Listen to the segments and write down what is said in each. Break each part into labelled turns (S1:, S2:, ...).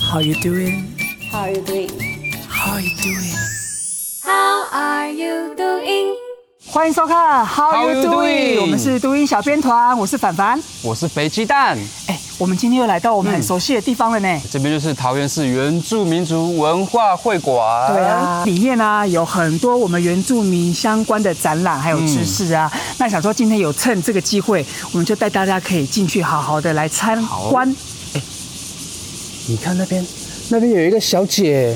S1: How you doing?
S2: How are you doing?
S1: How you doing?
S2: How are you doing?
S3: 欢迎收看《How
S4: How
S3: You
S4: You
S3: Doing
S4: Doing？》，
S3: 我们是都音小编团，我是凡凡。
S4: 我是肥鸡蛋，
S3: 哎，我们今天又来到我们很熟悉的地方了呢。
S4: 这边就是桃园市原住民族文化会馆。
S3: 对啊，里面呢、有很多我们原住民相关的展览，还有知识啊。那想说今天有趁这个机会，我们就带大家可以进去好好的来参观。
S4: 你看那边，那边有一个小姐。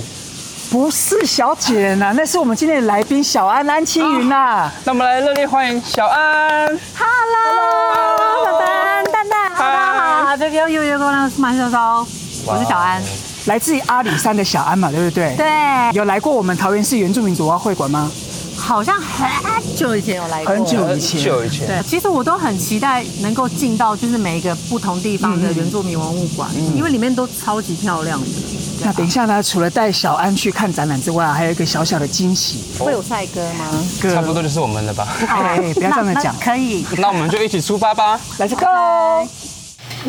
S3: 不是小姐呐、那是我们今天的来宾小安安青云啊呐、
S4: 那我们来热烈欢迎小安。
S5: Hello，
S4: Hello
S5: 凡凡、蛋蛋，大家好，baby，又又又光是马小昭，我是小安。
S3: 来自于阿里山的小安嘛，对不对？。
S5: 对，
S3: 有来过我们桃园市原住民族文化会馆吗？
S5: 好像很久以前有来过，
S3: 很久以
S4: 很
S3: 前，
S4: 久以前，
S5: 对，其实我都很期待能够进到就是每一个不同地方
S3: 嗯
S5: 的原住民文物馆，因为里面都超级漂亮的。
S3: 那等一下呢？除了带小安去看展览之外，还有一个小小的惊喜。
S5: 会有帅哥吗？
S4: 差不多就是我们的吧。
S3: 哎，不要这样
S5: 那
S3: 讲
S5: 那。可以。
S4: 那我们就一起出 发吧。
S3: Let's go！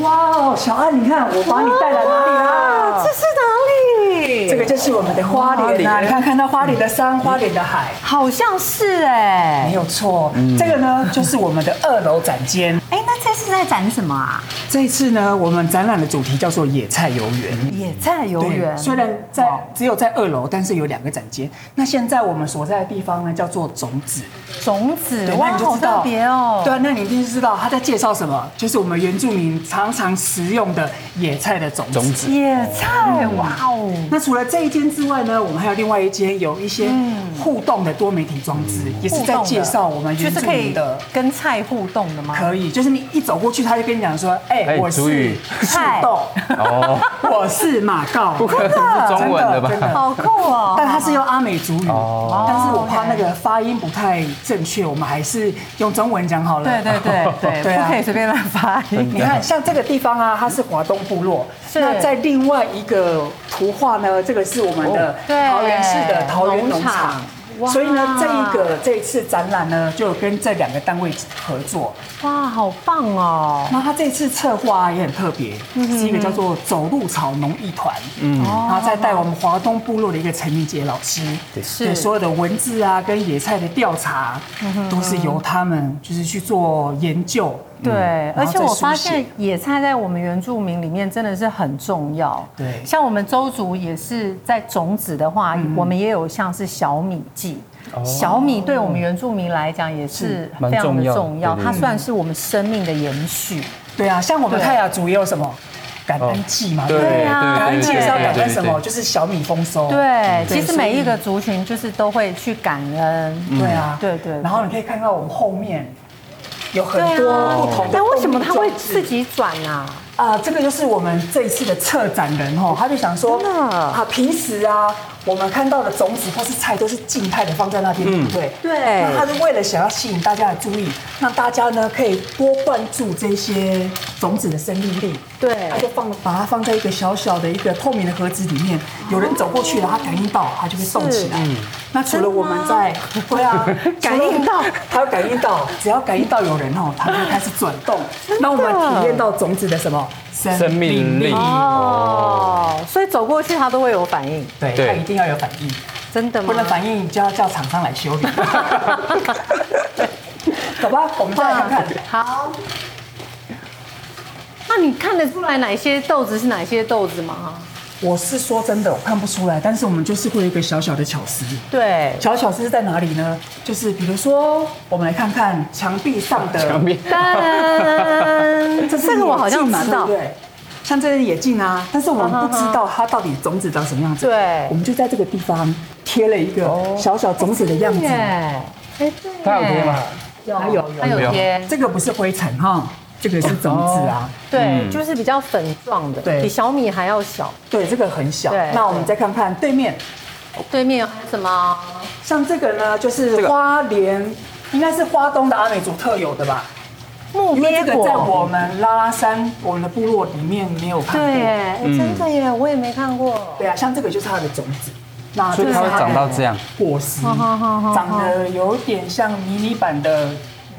S3: 哇，小安，你看我把你带来哪里啦？
S5: 啊是哪里？
S3: 这个就是我们的花莲啊！你看，看到花莲的山，花莲的海，
S5: 好像是哎、
S3: 没有错。这个呢，就是我们的二楼展间。
S5: 哎、那这次在展什么啊？
S3: 这一次呢，我们展览的主题叫做野菜游园。
S5: 野菜游园
S3: 对，。虽然在只有在二楼，但是有两个展间。那现在我们所在的地方呢，叫做种子。
S5: 种子
S3: 对，那
S5: 哇，
S3: 你就
S5: 好
S3: 知道
S5: 特别哦。
S3: 对啊，那你一定知道他在介绍什么，就是我们原住民常常食用的野菜的种子。
S4: 种子
S5: 野菜，
S3: 嗯
S5: 哇哦！
S3: 那除了这一间之外呢，我们还有另外一间有一些
S5: 嗯
S3: 互动的多媒体装置，也是在介绍我们
S5: 就
S3: 原
S5: 是
S3: 住
S5: 可
S3: 民
S5: 以
S3: 的。
S5: 跟菜互动的吗？
S3: 可以，就是你一走过去，他就跟你讲说：“哎、
S4: 哎
S3: 我
S4: 主
S3: 是
S4: 语
S3: 树豆，
S4: 哦，
S3: 我是马告。”
S4: 不可能是中文的吧
S3: 真的真的
S5: 好酷哦！
S3: 但它是用阿美族语，
S4: 哦
S3: 但是我怕那个发音不太正确，我们还是用中文讲好了。
S5: 对对对 对，
S3: 对啊
S5: 不可以随便乱发音。
S3: 你看，像这个地方啊，它是华东部落。
S5: 是
S3: 那在另外一个图画呢，这个是我们的
S5: 对
S3: 桃园市的桃园农
S5: 农
S3: 场
S5: 场。哇
S3: 所以呢，这一个这一次展览呢，就有跟这两个单位合作。
S5: 哇，好棒哦！
S3: 那它这次策划也很特别，
S5: 嗯
S3: 是一个叫做“走路草农艺团”，嗯，然后再带我们华东部落的一个陈明杰老师，
S5: 哦是
S3: 对所有的文字啊跟野菜的调查，
S5: 嗯
S3: 都是由他们就是去做研究。
S5: 对，
S3: 然后
S5: 而且
S3: 再
S5: 我
S3: 书
S5: 发
S3: 写
S5: 现野菜在我们原住民里面真的是很重要。
S3: 对
S5: 像我们周族也是在种子的话，我们也有像是小米季。小米对我们原住民来讲也是非
S4: 蛮
S5: 常
S4: 重
S5: 的
S4: 要的
S5: 重要，
S4: 对对
S5: 它
S4: 对
S5: 算是我们生命的延续。
S3: 对啊，像我们
S5: 对
S3: 泰雅族也有什么感恩祭嘛，
S4: 哦对
S3: 不
S5: 对啊
S3: 感
S4: 对
S3: 恩
S4: 对
S3: 祭
S4: 对
S3: 是要感
S4: 对
S3: 恩
S4: 对
S3: 什么？
S4: 对
S3: 就是小米丰收。
S5: 对，其实
S3: 哦所以
S5: 每一个族群就是都会去感恩。
S3: 对啊，
S5: 对对对
S3: 然后你可以看到我们后面有很
S5: 对啊
S3: 多不同的。
S5: 但为什么他会自？己转啊？
S3: 啊，这个就是我们这一次的策展人哦，他就想说，
S5: 真的
S3: 啊，平时啊，我们看到的种子或是菜都是静态的放在那边，
S4: 嗯
S3: 对不对？
S5: 对
S3: 那他就为了想要吸引大家的注意，让大家呢可以多关注这些种子的生命力。
S5: 对
S3: 他就放把它放在一个小小的一个透明的盒子里面，有人走过去了，他感应到，他就会动起来。那除了我们在， 对啊，
S5: 感应到
S3: 除了 他有感应到，只要感应到有人哦，他就开始转动。那我们体验到种子的什么
S4: 生命力。
S5: 哦，所以走过去他都会有反应，
S3: 对，
S4: 对
S3: 它一定要有反应，
S5: 真的吗？
S3: 不能反应就要叫厂商来修理。 走吧，我们再来看看。
S5: 好。那你看得出来哪些豆子是哪些豆子吗？
S3: 我是说真的，我看不出来，但是我们就是会有一个小小的巧思。
S5: 对，
S3: 小巧思是在哪里呢？就是比如说，我们来看看墙壁上的
S4: 墙壁
S5: 噔，
S3: 这是
S5: 这个我好像
S3: 野径嘛
S5: 知道
S3: 对不。对像这是野径啊，但是我们不知道它到底种子长什么样子。
S5: 对哦
S3: 我们就在这个地方贴了一个小小种子的样子。
S5: 耶，哎，对，
S4: 它有贴吗？
S5: 有，
S3: 它有有
S5: 它有贴。
S3: 这个不是灰尘哈，这个是种子啊。
S4: 嗯
S5: 对，就是比较粉状的，
S3: 对
S5: 比小米还要小。
S3: 对，这个很小
S5: 对。
S3: 那我们再看看对面，
S5: 对面有什么？
S3: 像这个呢，就是花莲，应该是花东的阿美族特有的吧？
S5: 木
S3: 因为哦这
S5: 鳖
S3: 个在我
S5: 果。
S3: 们拉拉山，我们的部落里面没有看
S5: 对，
S3: 过。
S5: 哎
S4: 嗯
S5: 真的耶，我也没看过。
S3: 对啊，像这个就是它的种子，那
S4: 所以它会长到这样。
S3: 果实，
S5: 好好好好
S3: 长得有点像迷你版的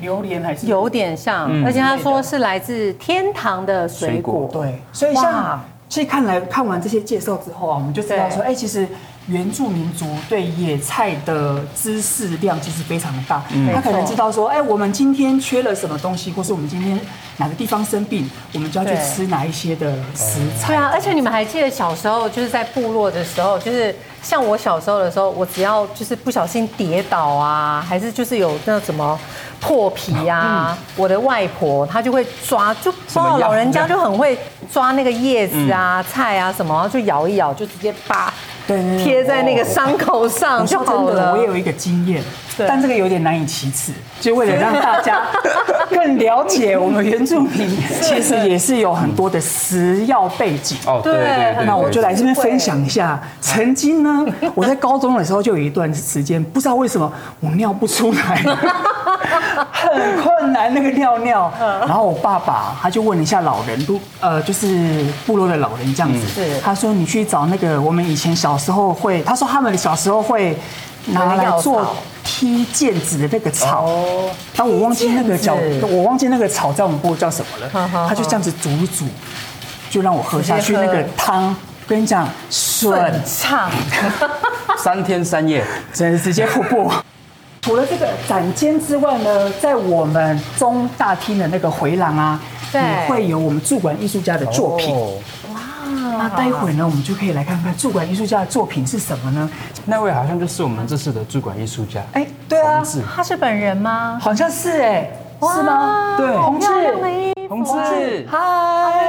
S3: 榴莲还是
S5: 有点像，
S4: 嗯
S5: 而且他说是来自天堂的水果。
S3: 对，所以像
S5: 哇。
S3: 所以看来看完这些介绍之后啊，我们就知道说，哎、其实原住民族对野菜的知识量其实非常的大。
S5: 嗯
S3: 他可能知道说，哎、我们今天缺了什么东西，或是我们今天哪个地方生病，我们就要去
S5: 对
S3: 吃哪一些的食材。
S5: 对啊，而且你们还记得小时候就是在部落的时候，就是像我小时候的时候，我只要就是不小心跌倒啊，还是就是有那什么破皮啊，
S3: 嗯
S5: 我的外婆她就会抓，就不知道
S6: 么药
S5: 老人家就很会抓那个叶子啊、菜啊什么，然后就咬一咬，就直接把
S3: 嗯对对对
S5: 贴在那个伤口上
S3: 你
S5: 就
S3: 说
S5: 好
S3: 哦真的，
S5: 了
S3: 我也。有一个经验，
S5: 对
S3: 但这个有点难以启齿，就为了让大 家更了解我们原住 民，其实也是有很多的食药背景。
S6: 哦，对
S5: 对啊
S6: 对对，
S3: 那我
S6: 对
S3: 就来这边分享一下，曾经呢，我在高中的时候就有一段时间，不知道为什么我尿不出 来，很困难那个尿尿。
S5: 嗯
S3: 然后我爸爸他就问了一下老人，都呃就是部落的老人这样子
S5: 嗯是，
S3: 他说你去找那个我们以前小时候会，他说他们小时候会拿来
S5: 有
S3: 做
S5: 药草哦
S3: 踢毽子的那个草，但我忘记那个叫
S5: 毽子嗯
S3: 我忘记那个草在我们部落叫什么
S5: 好好
S3: 了，
S5: 好
S3: 他就这样子煮一煮。就让我喝下去
S5: 直接
S3: 那
S5: 喝
S3: 个汤，跟你讲顺
S5: 顺，畅，
S6: 三天三夜，
S3: 真的直接瀑布。除了这个展间之外呢，在我们中大厅的那个回廊啊，
S5: 对
S3: 也会有我们驻馆艺术家的作品。
S6: 哦
S3: 那待会呢，我们就可以来看看驻馆艺术家的作品是什么呢？
S6: 那位好像就是我们这次的驻馆艺术家，
S3: 哎，对啊
S6: 洪，志
S5: 他是本人吗？
S3: 好像是哎，
S5: 哇
S3: 是吗？
S6: 对
S3: 洪志
S5: 漂，亮啊的衣服
S6: 洪志
S3: 嗨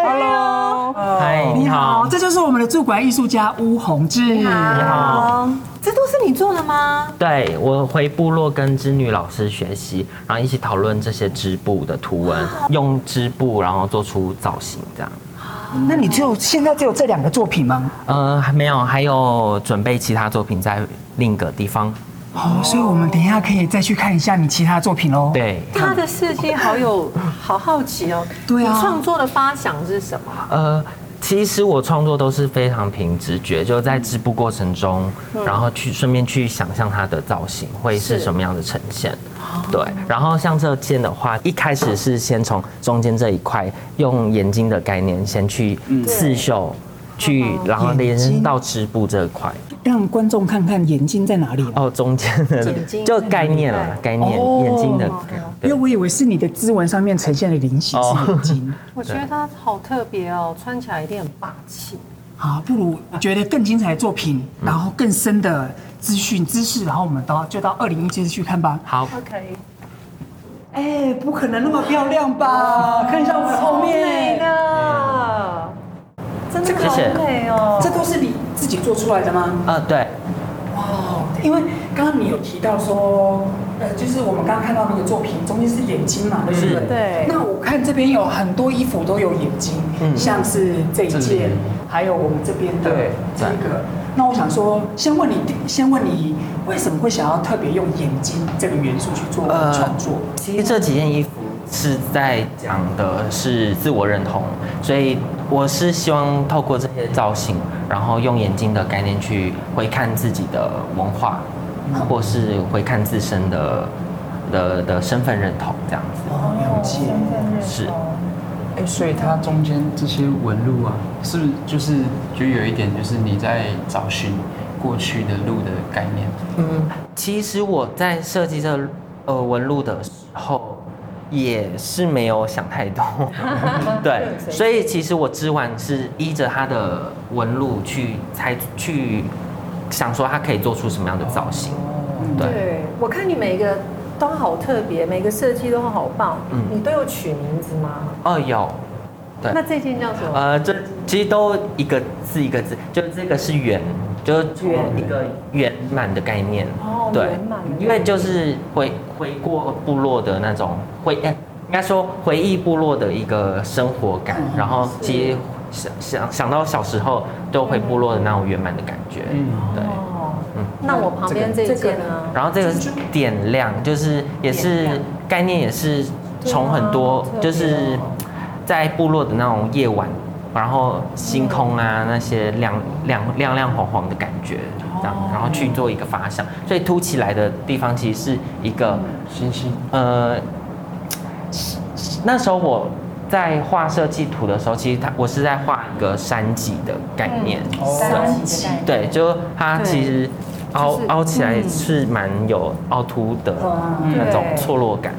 S6: ，Hello，嗨，
S3: 你好，，这就是我们的驻馆艺术家巫洪志。你
S7: 好，
S5: 这都是你做的吗？
S7: 对我回部落跟织女老师学习，然后一起讨论这些织布的图文，
S5: 哦
S7: 用织布然后做出造型这样。
S3: 那你只有现在只有这两个作品吗？
S7: 呃，还没有，还有准备其他作品在另一个地方。
S3: 哦，所以我们等一下可以再去看一下你其他作品喽。，
S7: 对，
S5: 他的设计好有好好奇哦。
S3: 对啊
S5: 你创作的发想是什么？
S7: 呃，其实我创作都是非常凭直觉，就在织布过程中，
S5: 嗯
S7: 然后去顺便去想象它的造型会是
S5: 是
S7: 什么样的呈现。
S5: 嗯
S7: 对，然后像这件的话，一开始是先从中间这一块用眼睛的概念先去
S5: 嗯
S7: 刺绣，去然后
S3: 眼
S7: 连
S3: 睛
S7: 到织布这一块。
S3: 让观众看看眼睛在哪里哦。
S7: 哦，中间的
S5: 眼睛
S7: 就概念啦，概念
S3: 哦
S7: 眼睛的。
S3: 因
S7: 对
S3: 为我以为是你的指纹上面呈现的灵犀是眼睛。
S5: 我觉得它好特别哦，穿起来一定很霸气。
S3: 好，不如觉得更精彩的作品，然后更深的资讯知识，然后我们到就到二零一七去看吧。
S7: 好，
S5: OK，
S3: 哎，不可能那么漂亮 吧？看一下我们后
S5: 哦美
S3: 面，
S5: 的，真的好
S7: 谢谢
S5: 美哦。
S3: 这都是你自己做出来的吗？
S7: 呃，对，
S3: 哦，因为刚刚你有提到说，呃，就是我们刚刚看到那个作品中间是眼睛嘛，对不对？
S7: 是
S5: 对
S3: 那我看这边有很多衣服都有眼睛，
S7: 嗯
S3: 像是这一
S6: 这里
S3: 件，还有我们这边的
S6: 对
S3: 这个。那我想说，先问你，先问你为什么会想要特别用眼睛这个元素去做
S7: 呃
S3: 创作？
S7: 其实这几件衣服是在讲的是自我认同，所以我是希望透过这些造型，然后用眼睛的概念去回看自己的文化，或是回看自身的的的身份认同这样子。
S3: 哦，了解。
S7: 是，
S6: 哎，所以它中间这些纹路啊，是不是就是就有一点就是你在找寻过去的路的概念？
S7: 嗯，其实我在设计这呃纹路的时候。也是没有想太 多，对，所以其实我织完是依着它的纹路去猜，去想说它可以做出什么样的造型。哦对，
S5: 对，我看你每个都好特别，每个设计都好棒。
S7: 嗯
S5: 你都有取名字吗？
S7: 哦有，对
S5: 那这件叫什么？
S7: 呃，这其实都一个字一个字，就这个是圆，就是圆一个圆满的概念。
S5: 哦圆满的概念
S7: 因为就是回回过部落的那种回，哎应该说回忆部落的一个生活感，
S5: 嗯
S7: 然后其实想想想到小时候就
S5: 嗯
S7: 回部落的那种圆满的感觉。嗯
S6: 嗯，
S7: 对。
S5: 哦
S7: 嗯，
S5: 那我旁边这一件啊呢？
S7: 然后这个是点亮，就是也是
S5: 点亮
S7: 概念，也是从很多
S5: 对啊
S7: 就是在部落的那种夜晚，然后星空啊那些亮亮亮亮黄黄的感觉，这样，
S5: 哦
S7: 然后去做一个发想，所以凸起来的地方其实是一个
S6: 星星
S7: 呃，那时候我在画设计图的时候，其实它我是在画一个山脊的概念，
S5: 嗯三级
S7: 对，就它
S5: 对
S7: 其实凹
S5: 就是嗯
S7: 凹起来是蛮有凹凸的
S5: 哦
S7: 那种
S5: 对
S7: 错落感，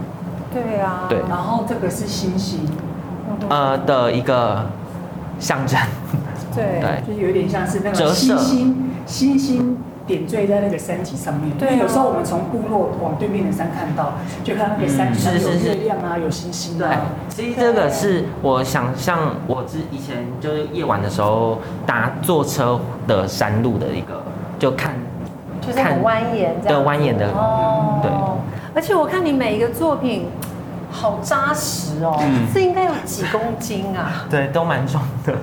S5: 对啊，
S7: 对，
S3: 嗯然后这个是星星，
S7: 呃的一个象征，
S5: 对
S7: 对
S3: 就是有点像是那
S7: 折
S3: 个星
S7: 射
S3: 星星星点缀在那个山脊上面。
S5: 对啊
S3: 有时候我们从部落往对面的山看到，就看到那个山
S7: 嗯
S3: 上
S7: 是
S3: 有
S7: 是是
S3: 月亮啊，有星星
S7: 对
S3: 啊。，
S7: 其实这个是我想象我之以前就是夜晚的时候搭坐车的山路的一个，就看
S5: 就是很蜿蜒这
S7: 对
S5: 样。
S7: 蜿蜒的，
S5: 哦，
S7: 对。
S5: 而且我看你每一个作品好扎实哦，
S7: 嗯
S5: 这应该有几公斤啊？
S7: 对，都蛮重的。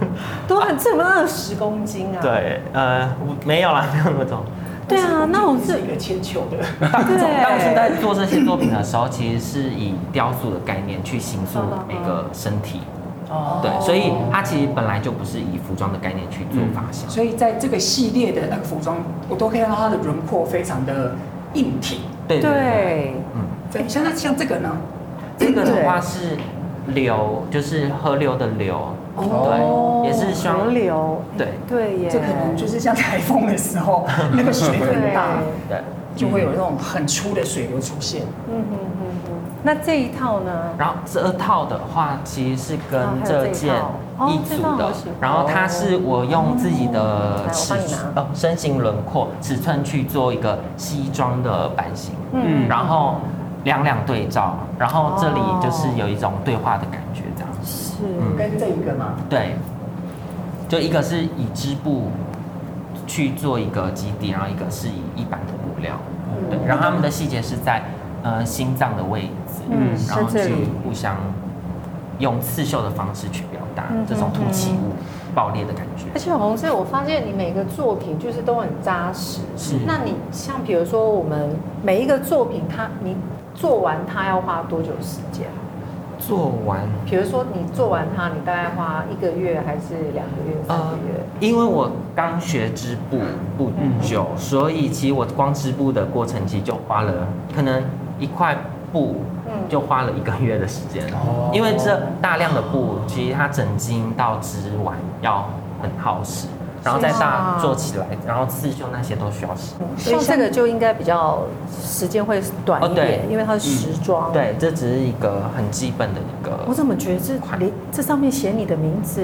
S5: 都很这么二十公斤啊？
S7: 对，呃，我没有啦，没有那么重。
S5: 对啊，那我是
S3: 是一个铅球的，
S7: 当时
S5: 对
S7: 在做这些作品的时候，其实是以雕塑的概念去形塑每个身体。
S3: 哦
S7: 对，所以它其实本来就不是以服装的概念去做发想。
S3: 所以在这个系列的那个服装，我都可以看到它的轮廓非常的硬挺。
S7: 对对对，
S5: 对
S7: 嗯，
S3: 对，像它像这个呢，
S7: 这个的话是流，就是河流的流，对，也是希
S5: 哦河
S7: 望
S5: 流，
S7: 对
S5: 对耶，
S3: 这可能就是像台风的时 候，那个水很
S5: 对，
S3: 大，
S7: 对。
S3: 就会有那种很粗的水流出现。
S5: 嗯哼哼哼，那这一套呢？
S7: 然后这套的话，其实是跟
S5: 哦还有
S7: 这
S5: 这一
S7: 件
S5: 套哦
S7: 一
S5: 这
S7: 组
S5: 套我
S7: 的
S5: 喜欢，嗯
S7: 然后它是我用自己的
S5: 来我
S7: 尺
S5: 帮你拿
S7: 呃身形轮廓尺寸去做一个西装的版型，
S5: 嗯
S7: 嗯，然后两两对照，然后这里
S5: 哦
S7: 就是有一种对话的感觉，这样子，
S5: 是
S7: 嗯
S3: 跟这一个嘛，
S7: 对，就一个是以织布去做一个基底，然后一个是以一般的布料，
S5: 嗯
S7: 对，然后他们的细节是在呃心脏的位置，
S5: 嗯
S7: 然后
S5: 在这
S7: 去
S5: 里
S7: 互相用刺绣的方式去表达
S5: 嗯
S7: 这种凸起物爆裂的感觉。
S5: 而且红志，我发现你每个作品就是都很扎实。
S7: 是
S5: 那你像比如说，我们每一个作品它，你做完它要花多久时间？
S7: 做完，
S5: 比如说你做完它，你大概花一个月还是两个月、三个月？
S7: 呃因为我刚学织布不久，
S5: 嗯
S7: 所以其实我光织布的过程其实就花了可能一块布
S5: 嗯
S7: 就花了一个月的时间，
S4: 哦
S7: 因为这大量的布其实它整斤到织完要很耗时，然后再
S5: 是
S7: 大
S5: 吗嗯
S7: 做起来，然后刺绣那些都需要时间。
S5: 像这个就应该比较时间会短一
S7: 哦
S5: 点，
S7: 对
S5: 因为它是时装。，
S7: 对，这只是一个很基本的一个。
S5: 我怎么觉得这连这上面写你的名字？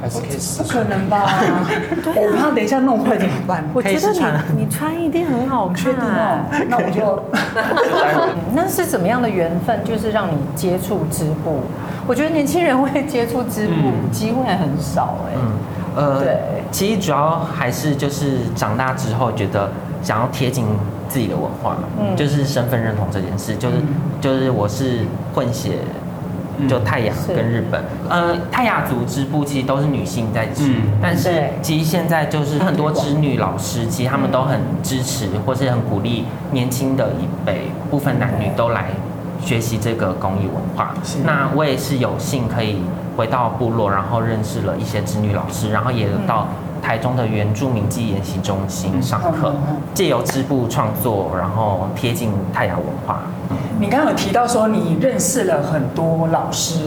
S6: 还是可以试
S3: 不可能吧？ 我怕等一下弄坏怎么办？
S5: 我觉
S7: 可以
S5: 得
S7: 试穿
S5: 你你穿一定很好 看。
S3: 确定哦，那我就
S5: 嗯那是怎么样的缘分，就是让你接触织布？我觉得年轻人会接触织布
S7: 嗯
S5: 机会很少哎、
S7: 嗯，呃
S5: 对
S7: 其实主要还是就是长大之后觉得想要贴近自己的文化，
S5: 嗯
S7: 就是身份认同这件事，就是、就是我是混血。就泰雅
S5: 是
S7: 跟日本，呃，泰雅族织布其实都是女性在织，
S6: 嗯
S7: 但是
S5: 对
S7: 其实现在就是很多织女老师，其实他们都很支持或是很鼓励年轻的一辈部分男女都来学习这个工艺文化。那我也是有幸可以回到部落，然后认识了一些织女老师，然后也有到台中的原住民记忆研习中心上课
S3: 嗯嗯嗯，
S7: 借由织布创作，然后贴近泰雅文化。
S3: 你刚刚有提到说你认识了很多老师，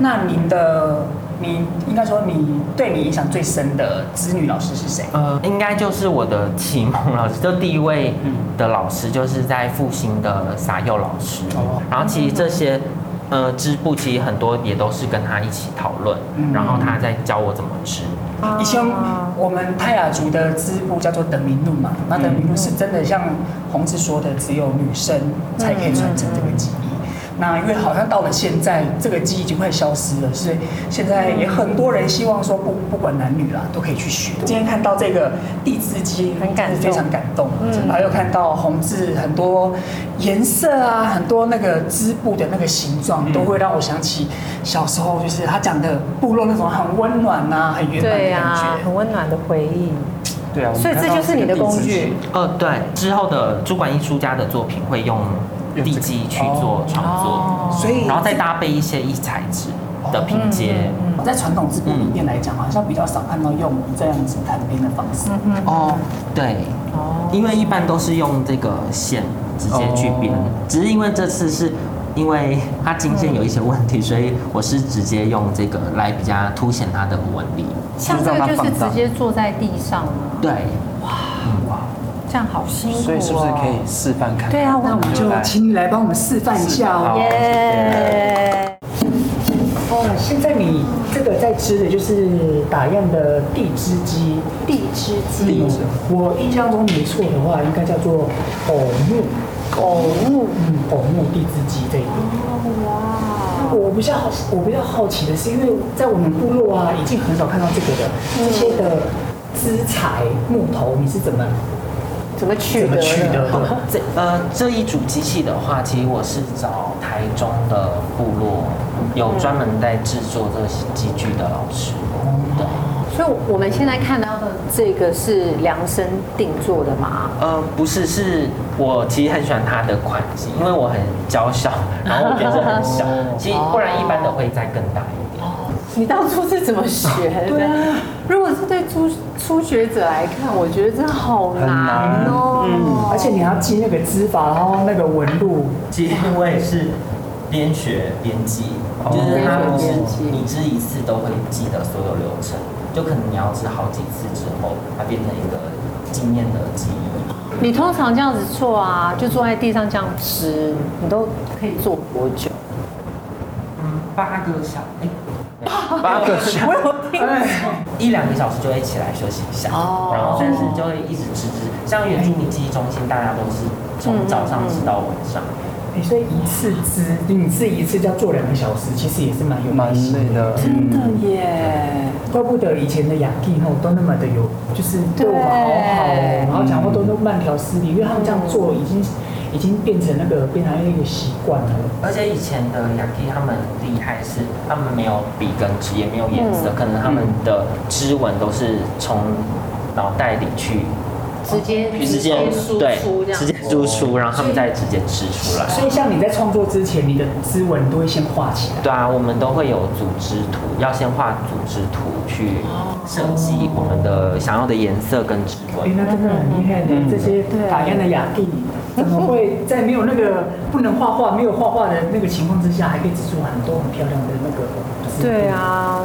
S3: 那您的你应该说你对你影响最深的子女老师是谁？
S7: 呃，应该就是我的启蒙老师，就第一位的老师，就是在复兴的撒幼老师。
S3: 哦
S7: 然后其实这些呃织布，其实很多也都是跟他一起讨论，
S3: 嗯
S7: 然后他在教我怎么织。
S3: 以前
S5: 啊
S3: 我们泰雅族的织布叫做等明路嘛，那等明路是真的像红子说的，只有女生才可以传承这个技艺。那因为好像到了现在，这个技艺已经快消失了，所以现在也很多人希望说不不管男女啦，都可以去学。今天看到这个地织机，
S5: 很感动
S3: 非常感动。嗯，还有看到红字很多颜色啊，很多那个织布的那个形状，都会让我想起小时候，就是他讲的部落那种很温暖啊，很圆满
S5: 对啊
S3: 的
S5: 呀、
S3: 感觉。
S5: 很温暖的回忆。
S6: 对啊，我们
S5: 所以
S6: 看
S5: 这
S6: 到
S5: 就是你的
S6: 个
S5: 工
S6: 地址
S5: 具。
S7: 呃，对，之后的主管艺术家的作品会用地基去做创作，
S3: 所以
S7: 然后再搭配一些异材质的拼接。
S3: 在传统织布里面来讲，好像比较少看到用这样子弹边的方式。
S7: 哦，对，哦哦因为一般都是用这个线直接去编，只是因为这次是因为它经线有一些问题，所以我是直接用这个来比较凸显它的纹理。
S5: 像这个就是直接坐在地上了，
S7: 对，
S5: 这样好辛苦哦。
S6: 所以是不是可以示范看看？
S5: 对啊我
S6: 那
S5: 们
S6: 就来
S3: 请你来帮我们示范一下哦。
S5: 耶！
S3: 哦，现在你这个在织的就是打样的地织机，
S5: 地支
S3: 地
S5: 肌，
S3: 织。我印象中没错的话，应该叫做偶木，偶木，嗯，偶木地织机这一个。哇！我比较好，我比较好奇的是，因为在我们部落啊，已经很少看到这个的这些的织材木头，你是怎么
S5: 怎么取
S3: 怎么
S5: 得
S3: 取
S5: 的？
S3: 得的？
S7: 这呃这一组机器的话，其实我是找台中的部落有专门在制作这些机具的老师，对。
S5: 所以我们现在看到的这个是量身 定做的嘛？
S7: 呃，不是，是我其实很喜欢它的款式，因为我很娇小，然后我变得很小，其实不然一般的会再更大一点。
S5: 你当初是怎么学的？啊如果是对初初学者来看，我觉得真的好难哦。
S3: 嗯而且你还要记那个织法，然后那个纹路，
S7: 其实我也是边学边记，就是它不是你是一次都会记得所有流程，就可能你要是好几次之后，它变成一个经验的记忆。
S5: 你通常这样子做啊，就坐在地上这样吃，你都可以做多久？
S7: 嗯，八个小哎。八个小，
S5: 我有听
S7: 一两个小时就会起来休息一下，
S5: 哦
S7: 然后但是就会一直吃吃。像原住民记忆中心，大家都是从早上吃到晚上。
S3: 哎，所以一次织，你自己一次就要做两个小时，其实也是蛮有
S6: 蛮
S3: 耐心的
S6: 累的，嗯
S5: 真的耶，
S3: 怪不得以前的雅蒂吼都那么的有，就是对我们好好哦，然后讲话都那么慢条斯理，因为他们这样做已经已经变成那个变成一个习惯了。
S7: 而且以前的 Yaki 他们厉害是，他们没有笔跟纸，也没有颜色，可能他们的织纹都是从脑袋里去
S5: 直接
S7: 直接
S5: 输
S7: 对
S5: 出这样
S7: 直。接输出，然后他们再直接织出来。
S3: 所以像你在创作之前，你的织纹都会先画起来。
S7: 对啊，我们都会有组织图，要先画组织图去设计我们的想要的颜色跟织
S3: 哎
S7: 纹，。
S3: 那真的很厉害的，
S6: 嗯
S3: 这些打样的雅蒂怎么会在没有那个不能画画、没有画画的那个情况之下，还可以织出很多很漂亮的那个？就是
S5: 对，啊，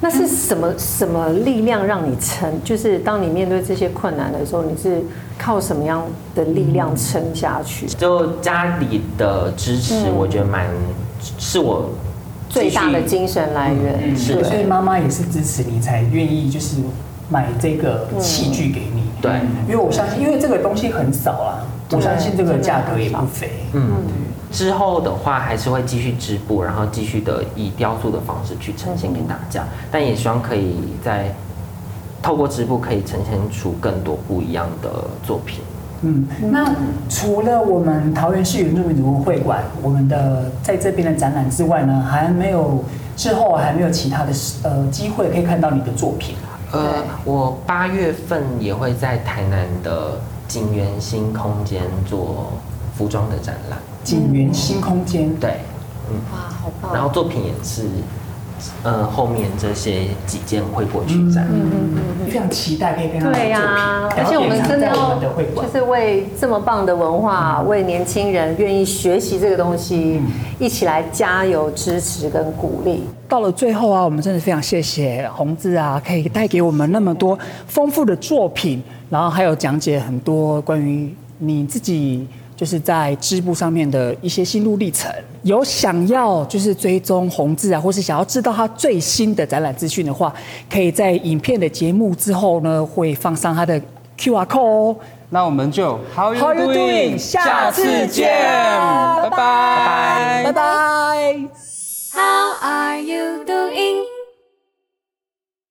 S5: 那是什么什么力量让你撑？就是当你面对这些困难的时候，你是靠什么样的力量撑下去？
S7: 就家里的支持，我觉得蛮是我
S5: 嗯最大的
S7: 继续
S5: 精神来源
S7: 是
S3: 所
S7: 的。
S3: 以妈妈也是支持你才愿意就是买这个
S5: 嗯
S3: 器具给你。
S7: 对
S3: 因为我相信，因为这个东西很少啊，我相信这个价格也不菲。
S7: 嗯，之后的话还是会继续织布，然后继续的以雕塑的方式去呈现给大家，
S5: 嗯
S7: 但也希望可以在透过织布可以呈现出更多不一样的作品。
S3: 嗯，那除了我们桃园市原住民族文会馆我们的在这边的展览之外呢，还没有之后还没有其他的呃机会可以看到你的作品。
S7: 呃，我八月份也会在台南的景园新空间做服装的展览，
S3: 景园新空间，
S7: 对，嗯，
S5: 哇，啊好
S7: 然
S5: 棒！
S7: 后作品也是，呃，后面这些几件会过去展。
S3: 嗯非常期待可以看到你的作
S5: 嗯对
S3: 品。
S5: 呀、而且我们真的
S3: 然后也展在
S5: 要
S3: 我们的会
S5: 就
S3: 馆。
S5: 是为这么棒的文化，为年轻人愿意学习这个东西，一起来加油、支持跟鼓励。
S3: 到了最后啊，我们真的非常谢谢洪志啊，可以带给我们那么多丰富的作品，然后还有讲解很多关于你自己就是在织布上面的一些心路历程。有想要就是追踪洪志啊，或是想要知道他最新的展览资讯的话，可以在影片的节目之后呢，会放上他的 Q R code 哦。
S4: 那我们就 How
S3: How you doing？下次见
S4: 拜拜
S3: 拜拜。